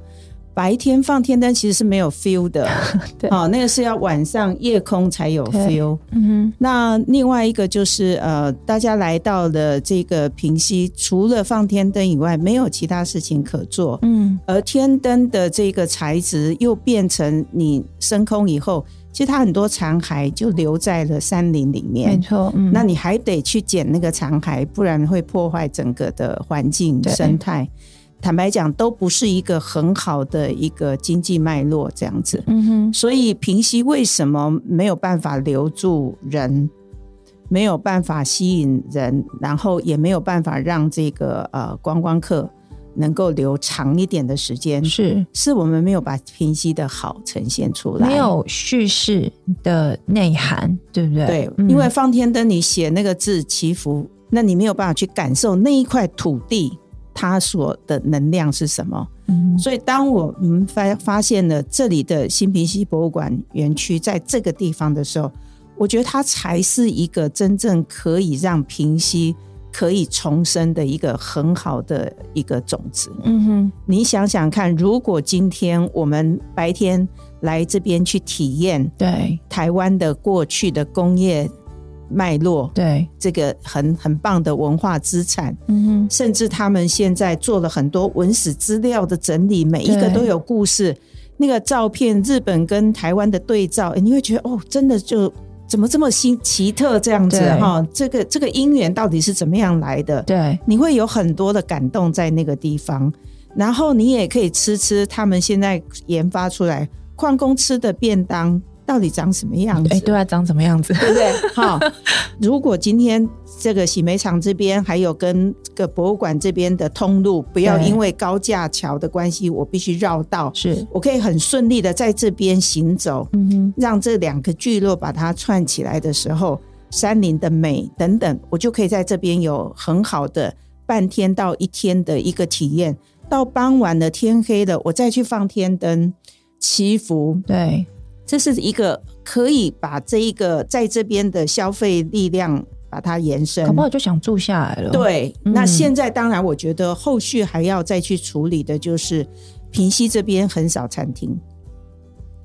白天放天灯其实是没有 feel 的，
对
哦，那个是要晚上夜空才有
对
feel。
嗯
那另外一个就是呃，大家来到了这个平西，除了放天灯以外，没有其他事情可做
哼，。嗯，
而天灯的这个材质又变成你升空以后，其实它很多残骸就留在了山林里
没
面。
错，嗯，
那你还得去捡那个残骸，不然会破坏整个的环境
对
生态。坦白讲，都不是一个很好的一个经济脉络这样子。
嗯哼，
所以平西为什么没有办法留住人，没有办法吸引人，然后也没有办法让这个呃观光客能够留长一点的时间，
是
是我们没有把平西的好呈现出来。
没有叙事的内涵，对不对？
对，
嗯
因为放天灯你写那个字祈福，那你没有办法去感受那一块土地它所的能量是什么。
嗯
所以，当我们发发现了这里的新平西博物馆园区在这个地方的时候，我觉得它才是一个真正可以让平西可以重生的一个很好的一个种子。
嗯哼，
你想想看，如果今天我们白天来这边去体验
对
台湾的过去的工业脉络，
对，
这个很很棒的文化资产，
嗯哼，
甚至他们现在做了很多文史资料的整理，每一个
对
都有故事。那个照片，日本跟台湾的对照，诶你会觉得哦，真的就怎么这么新奇特这样子
对
哈、这个这个姻缘到底是怎么样来的？
对
你会有很多的感动在那个地方，然后你也可以吃吃他们现在研发出来矿工吃的便当到底长什么样子。
哎，对啊，长什么样子？
对不对？ 哈、如果今天这个洗煤厂这边还有跟这个博物馆这边的通路，不要
对
因为高架桥的关系，我必须绕道，
是，
我可以很顺利的在这边行走，
嗯哼，
让这两个聚落把它串起来的时候，山林的美等等，我就可以在这边有很好的半天到一天的一个体验。到傍晚的天黑了，我再去放天灯、祈福，
对
这是一个可以把这一个在这边的消费力量把它延
搞
伸
不。好就想住下来了。，
对，
嗯
那现在当然，我觉得后续还要再去处理的就是平西这边很少餐厅，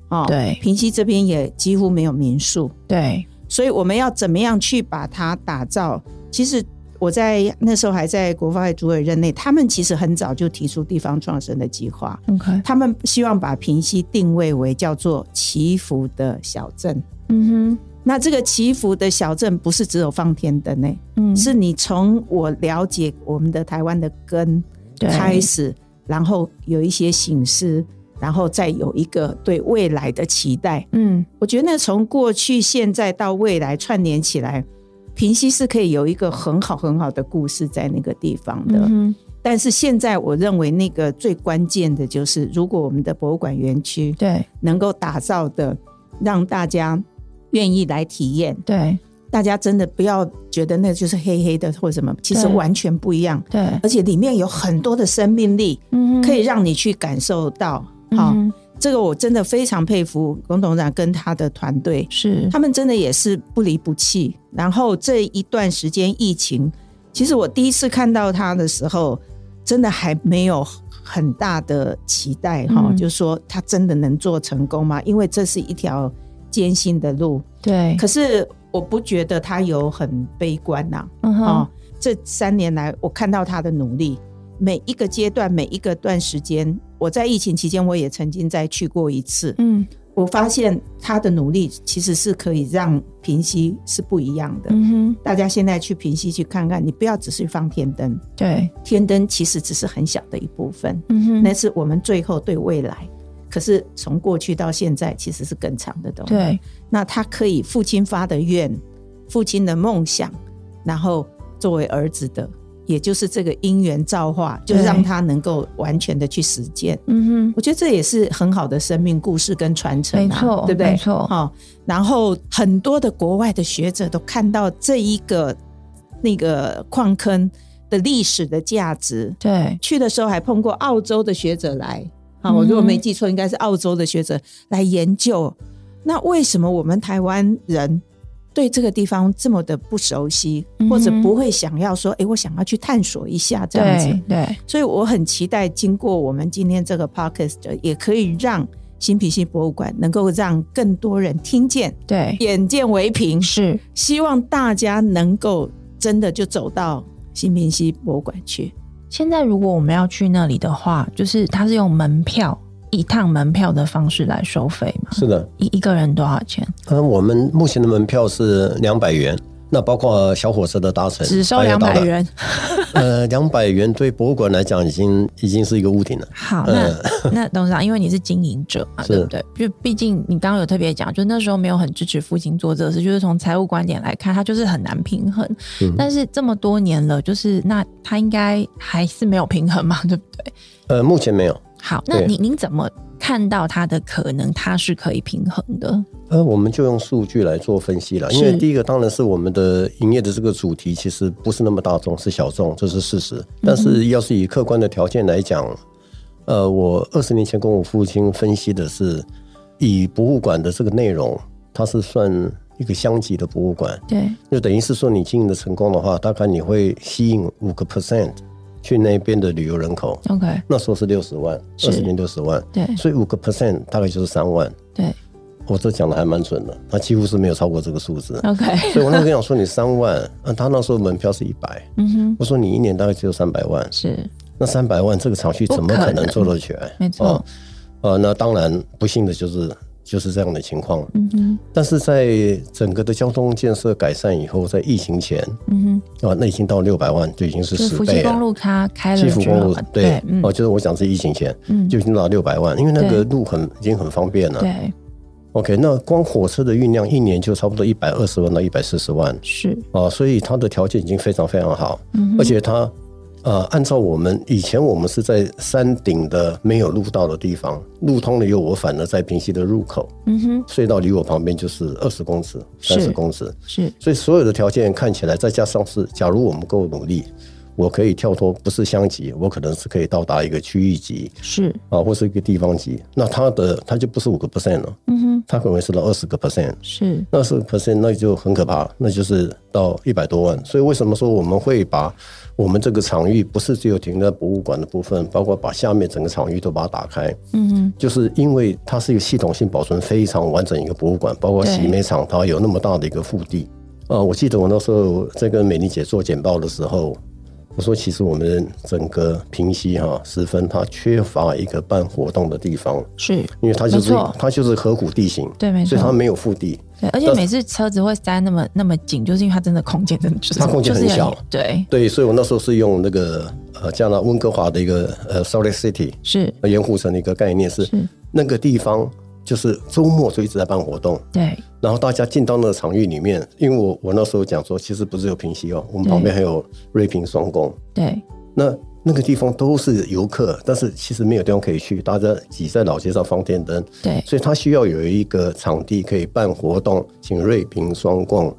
哦
对
平西这边也几乎没有民宿，
对，
所以我们要怎么样去把它打造？其实我在那时候还在国发会主委任内，他们其实很早就提出地方创生的计划，
OK，
他们希望把平西定位为叫做祈福的小镇。
嗯
那这个祈福的小镇不是只有放天灯呢、
哼，嗯，
是你从我了解我们的台湾的根
对
开始，然后有一些醒思，然后再有一个对未来的期待。
嗯，
我觉得从过去、现在到未来串联起来，平溪是可以有一个很好很好的故事在那个地方的。
嗯哼，
但是现在我认为那个最关键的就是，如果我们的博物馆园区
对
能够打造的，让大家愿意来体验，
对
大家真的不要觉得那就是黑黑的或什么，其实
对
完全不一样，
对，
而且里面有很多的生命力，
嗯
可以让你去感受到。好、
嗯哼
这个我真的非常佩服龚董事长跟他的团队，
是
他们真的也是不离不弃。然后这一段时间疫情，其实我第一次看到他的时候，真的还没有很大的期待哈、
嗯
就说他真的能做成功吗？因为这是一条艰辛的路。
对，
可是我不觉得他有很悲观呐、
嗯
啊。
哼，
这三年来我看到他的努力，每一个阶段、每一个段时间，我在疫情期间我也曾经再去过一次，
嗯
我发现他的努力其实是可以让平息是不一样的。
嗯哼，
大家现在去平息去看看，你不要只是放天灯，
对，
天灯其实只是很小的一部分，
嗯哼，
那是我们最后对未来。可是从过去到现在，其实是更长的东西。
对
那他可以父亲发的愿、父亲的梦想，然后作为儿子的，也就是这个因缘造化，就
对
让他能够完全的去实践。
嗯哼，
我觉得这也是很好的生命故事跟传承、啊，
没错
对不对？
没错
哈、然后很多的国外的学者都看到这一个那个矿坑的历史的价值，
对
去的时候还碰过澳洲的学者来，啊，我
嗯哼
如果没记错，应该是澳洲的学者来研究，那为什么我们台湾人对这个地方这么的不熟悉，
嗯哼
或者不会想要说，诶，我想要去探索一下这样子
对？对，
所以我很期待，经过我们今天这个 podcast，也呃可以让新皮溪博物馆能够让更多人听见，
对
眼见为凭，
是，
希望大家能够真的就走到新平溪博物馆去。
现在如果我们要去那里的话，就是它是用门票一趟门票的方式来收费嘛？
是的，
一一个人多少钱？
嗯，我们目前的门票是两百元，那包括小火车的搭乘，
只收
还有
两
导
百
览。
元。
呃，两百元对博物馆来讲已经已经是一个屋顶了。
好，那、那 董事长，因为你是经营者嘛，
呃是
对不对？就毕竟你刚刚有特别讲，就那时候没有很支持父亲做这个事，就是从财务观点来看，他就是很难平衡。
嗯
但是这么多年了，就是那他应该还是没有平衡嘛， 对不对？
呃，目前没有。
好，那
对
您您怎么看到他的可能，他是可以平衡的？
呃，我们就用数据来做分析了，因为
是
第一个当然是我们的营业的这个主题其实不是那么大众，是小众，这是事实。但是要是以客观的条件来讲，呃，我二十年前跟我父亲分析的是，以博物馆的这个内容，它是算一个乡级的博物馆，
对，
就等于是说你经营的成功的话，大概你会吸引五个 percent 去那边的旅游人口。
，OK，
那时候是六十万，
是
二十年六十万，
对
所以五个 percent 大概就是三万。
对
我哦这讲的还蛮准的，他几乎是没有超过这个数字。
，OK，
所以我那时候跟他讲说你三万，啊，他那时候门票是一百，
嗯哼，
我说你一年大概只有三百万，
是
那三百万这个厂区怎么可能做得起来？
没错
哦呃，那当然不幸的就是就是这样的情况。
嗯哼，
但是在整个的交通建设改善以后，在疫情前
嗯
啊，那已经到六百万，就已经是
哼，就
十
福
倍
建
了。
公路它开了
基辅
之
公
后
路
嘛，
对
嗯，，
哦，就是我讲是疫情前
嗯
就已经到六百万，因为那
对
个路很已经很方便了。
对，
OK，那光火车的运量一年就差不多一百二十万到一百四十万
是，
啊，所以它的条件已经非常非常好，
嗯
而
哼，
且它呃，按照我们以前我们是在山顶的没有路道的地方，路通了以后，我反而在平溪的入口
嗯哼，
隧道离我旁边就是二十公尺、
是
三十公尺，
是，
所以所有的条件看起来，再加上是，假如我们够努力，我可以跳脱不是乡级，我可能是可以到达一个区域级
是，
啊，或是一个地方级。那它的它就不是五个 percent 了，
嗯哼，
它可能是到二十个 percent，
是，
那是 percent 那就很可怕，那就是到一百多万。所以为什么说我们会把我们这个场域不是只有停在博物馆的部分，包括把下面整个场域都把它打开，
嗯哼，
就是因为它是一个系统性保存非常完整一个博物馆，包括
对
洗美厂，它有那么大的一个腹地。呃，我记得我那时候在跟美玲姐做简报的时候，我说其实我们整个平溪哈、十分它缺乏一个办活动的地方，
是，
因为它就是
没错
它就是河谷地形，
对没错
所以它没有腹地。
对，而且每次车子会塞那么那么紧，就是因为它真的空间真的就是
它空间
就是
很
有
小
对，
对，所以我那时候是用那个呃加拿温哥华的一个呃 Salt Lake City
是，
呃盐湖城的一个概念是
是
那个地方就是周末就一直在办活动，
对，
然后大家进到那个场域里面，因为我我那时候讲说，其实不是有平溪哦，我们旁边还有瑞平双宫，
对，
那那个地方都是游客，但是其实没有地方可以去，大家挤在老街上放电灯，
对，
所以它需要有一个场地可以办活动，请瑞平双供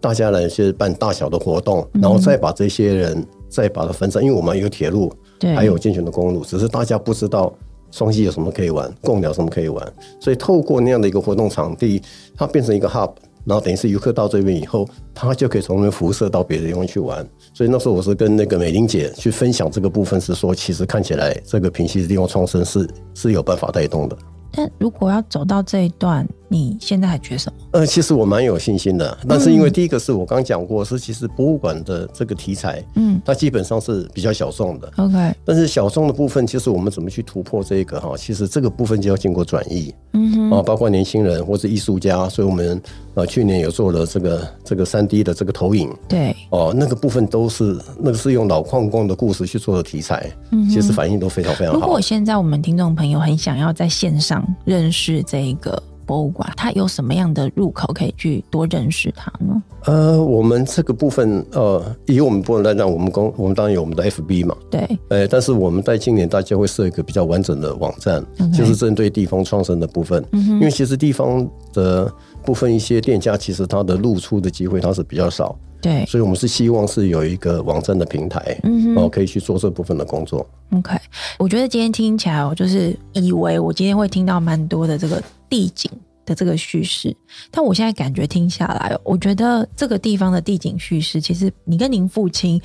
大家来去办大小的活动，然后再把这些人再把它分散，因为我们有铁路，
对
还有健全的公路，只是大家不知道双溪有什么可以玩，贡寮有什么可以玩，所以透过那样的一个活动场地，它变成一个 hub。然后等于是游客到这边以后，他就可以从那边辐射到别的地方去玩。所以那时候我是跟那个美玲姐去分享这个部分，是说其实看起来这个平溪的地方创生是是有办法带动的。
但如果要走到这一段，你现在还缺什么？
呃，其实我蛮有信心的，但是因
嗯
为第一个是我刚讲过，是其实博物馆的这个题材，
嗯
它基本上是比较小众的。
，OK，
但是小众的部分，其实我们怎么去突破这个哈？其实这个部分就要经过转移
嗯哼，
啊，包括年轻人或是艺术家，所以我们呃去年有做了这个这个三 D 的这个投影
对，
哦，那个部分都是那个是用老矿工的故事去做的题材，
嗯哼
其实反应都非常非常
如
好
果。现在我们听众朋友很想要在线上认识这一个博物馆，它有什么样的入口可以去多认识它呢？
呃，我们这个部分呃，以我们部门来讲，我们公我们当然有我们的 FB 嘛，
对，
呃，但是我们在今年大家会设一个比较完整的网站
OK
就是针对地方创生的部分。
嗯
因为其实地方的部分一些店家，其实它的露出的机会它是比较少，
对
所以我们是希望是有一个网站的平台，
嗯
哦，可以去做这部分的工作。
，OK。我觉得今天听起来，我就是以为我今天会听到蛮多的这个地景的这个叙事，但我现在感觉听下来，我觉得这个地方的地景叙事，其实你跟您父亲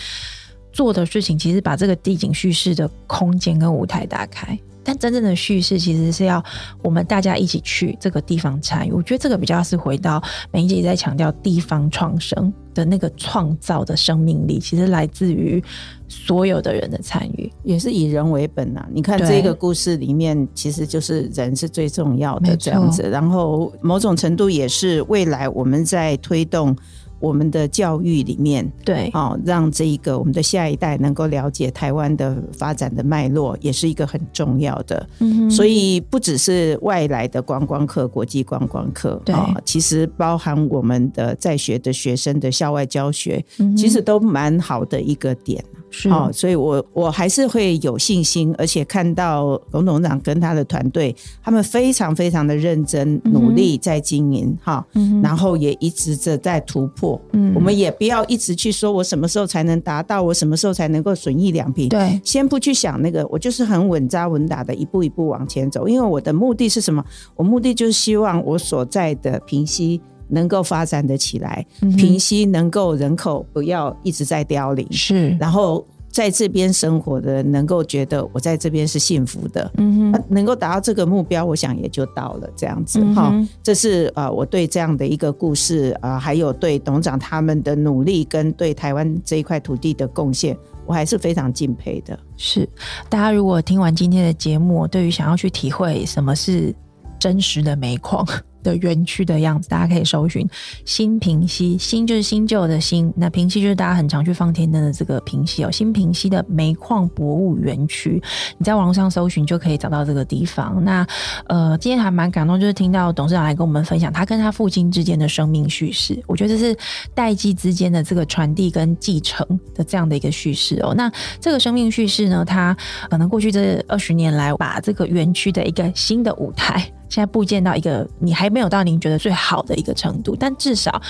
做的事情，其实把这个地景叙事的空间跟舞台打开。但真正的叙事其实是要我们大家一起去这个地方参与。我觉得这个比较是回到美英姐在强调地方创生的那个创造的生命力，其实来自于所有的人的参与。
也是以人为本呐、你看
对
这个故事里面，其实就是人是最重要
没
的
错
这样子。然后某种程度也是未来我们在推动我们的教育里面，
对，
哦，让这一个我们的下一代能够了解台湾的发展的脉络，也是一个很重要的。
嗯
所
以
以不只是外来的观光客、国际观光客，
对
啊其实包含我们的在学的学生的校外教学，
嗯哼
其实都蛮好的一个点。
是
哦，所以我我还是会有信心，而且看到龚董事长跟他的团队，他们非常非常的认真
嗯哼
努力在经营哈、
嗯哼
然后也一直的在突破。
嗯
我们也不要一直去说我什么时候才能达到，我什么时候才能够损益两平。
对
先不去想那个，我就是很稳扎稳打的一步一步往前走。因为我的目的是什么？我目的就是希望我所在的平溪能够发展得起来，
嗯哼
平息能够人口不要一直在凋零，
是，
然后在这边生活的人能够觉得我在这边是幸福的，
嗯
那
哼，
能够达到这个目标，我想也就到了这样子
嗯
哈、
哼
这是呃我对这样的一个故事啊、呃还有对董事长他们的努力跟对台湾这一块土地的贡献，我还是非常敬佩的。
是。大家如果听完今天的节目，对于想要去体会什么是真实的煤矿的园区的样子，大家可以搜寻新平溪，新就是新旧的新，那平溪就是大家很常去放天灯的这个平溪哦，新平溪的煤矿博物园区，你在网络上搜寻就可以找到这个地方。那呃，今天还蛮感动，就是听到董事长来跟我们分享他跟他父亲之间的生命叙事，我觉得这是代际之间的这个传递跟继承的这样的一个叙事哦。那这个生命叙事呢，它可能过去这二十年来，把这个园区的一个新的舞台。现在部建到一个你还没有到您觉得最好的一个程度，但至少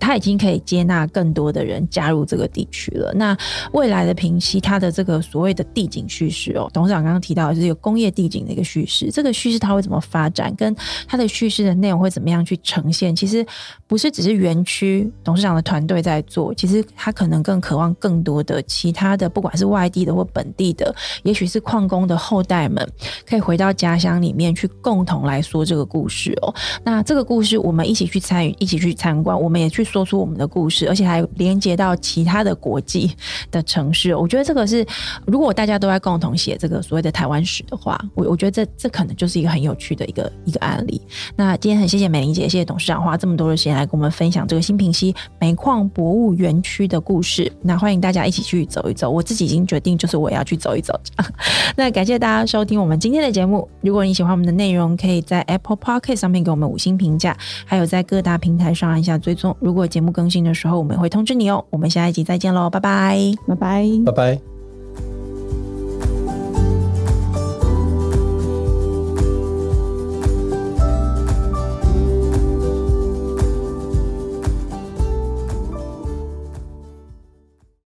它已经可以接纳更多的人加入这个地区了。那未来的平溪，它的这个所谓的地景叙事哦，董事长刚刚提到的是有工业地景的一个叙事，这个叙事它会怎么发展，跟它的叙事的内容会怎么样去呈现？其实不是只是园区董事长的团队在做，其实他可能更渴望更多的其他的，不管是外地的或本地的，也许是矿工的后代们，可以回到家乡里面去共同来说这个故事哦。那这个故事我们一起去参与，一起去参观，我们也去说出我们的故事，而且还连接到其他的国际的城市哦。我觉得这个是，如果大家都在共同写这个所谓的台湾史的话，我我觉得这这可能就是一个很有趣的一个一个案例。那今天很谢谢美玲姐，谢谢董事长花这么多的时间来跟我们分享这个新平溪煤矿博物园区的故事。那欢迎大家一起去走一走，我自己已经决定，就是我也要去走一走。那感谢大家收听我们今天的节目。如果你喜欢我们的内容，可以在 Apple Podcast 上面给我们五星评价，还有在各大平台上按下追踪。如果节目更新的时候，我们也会通知你哦。我们下一集再见喽，拜拜。
拜拜。
拜拜。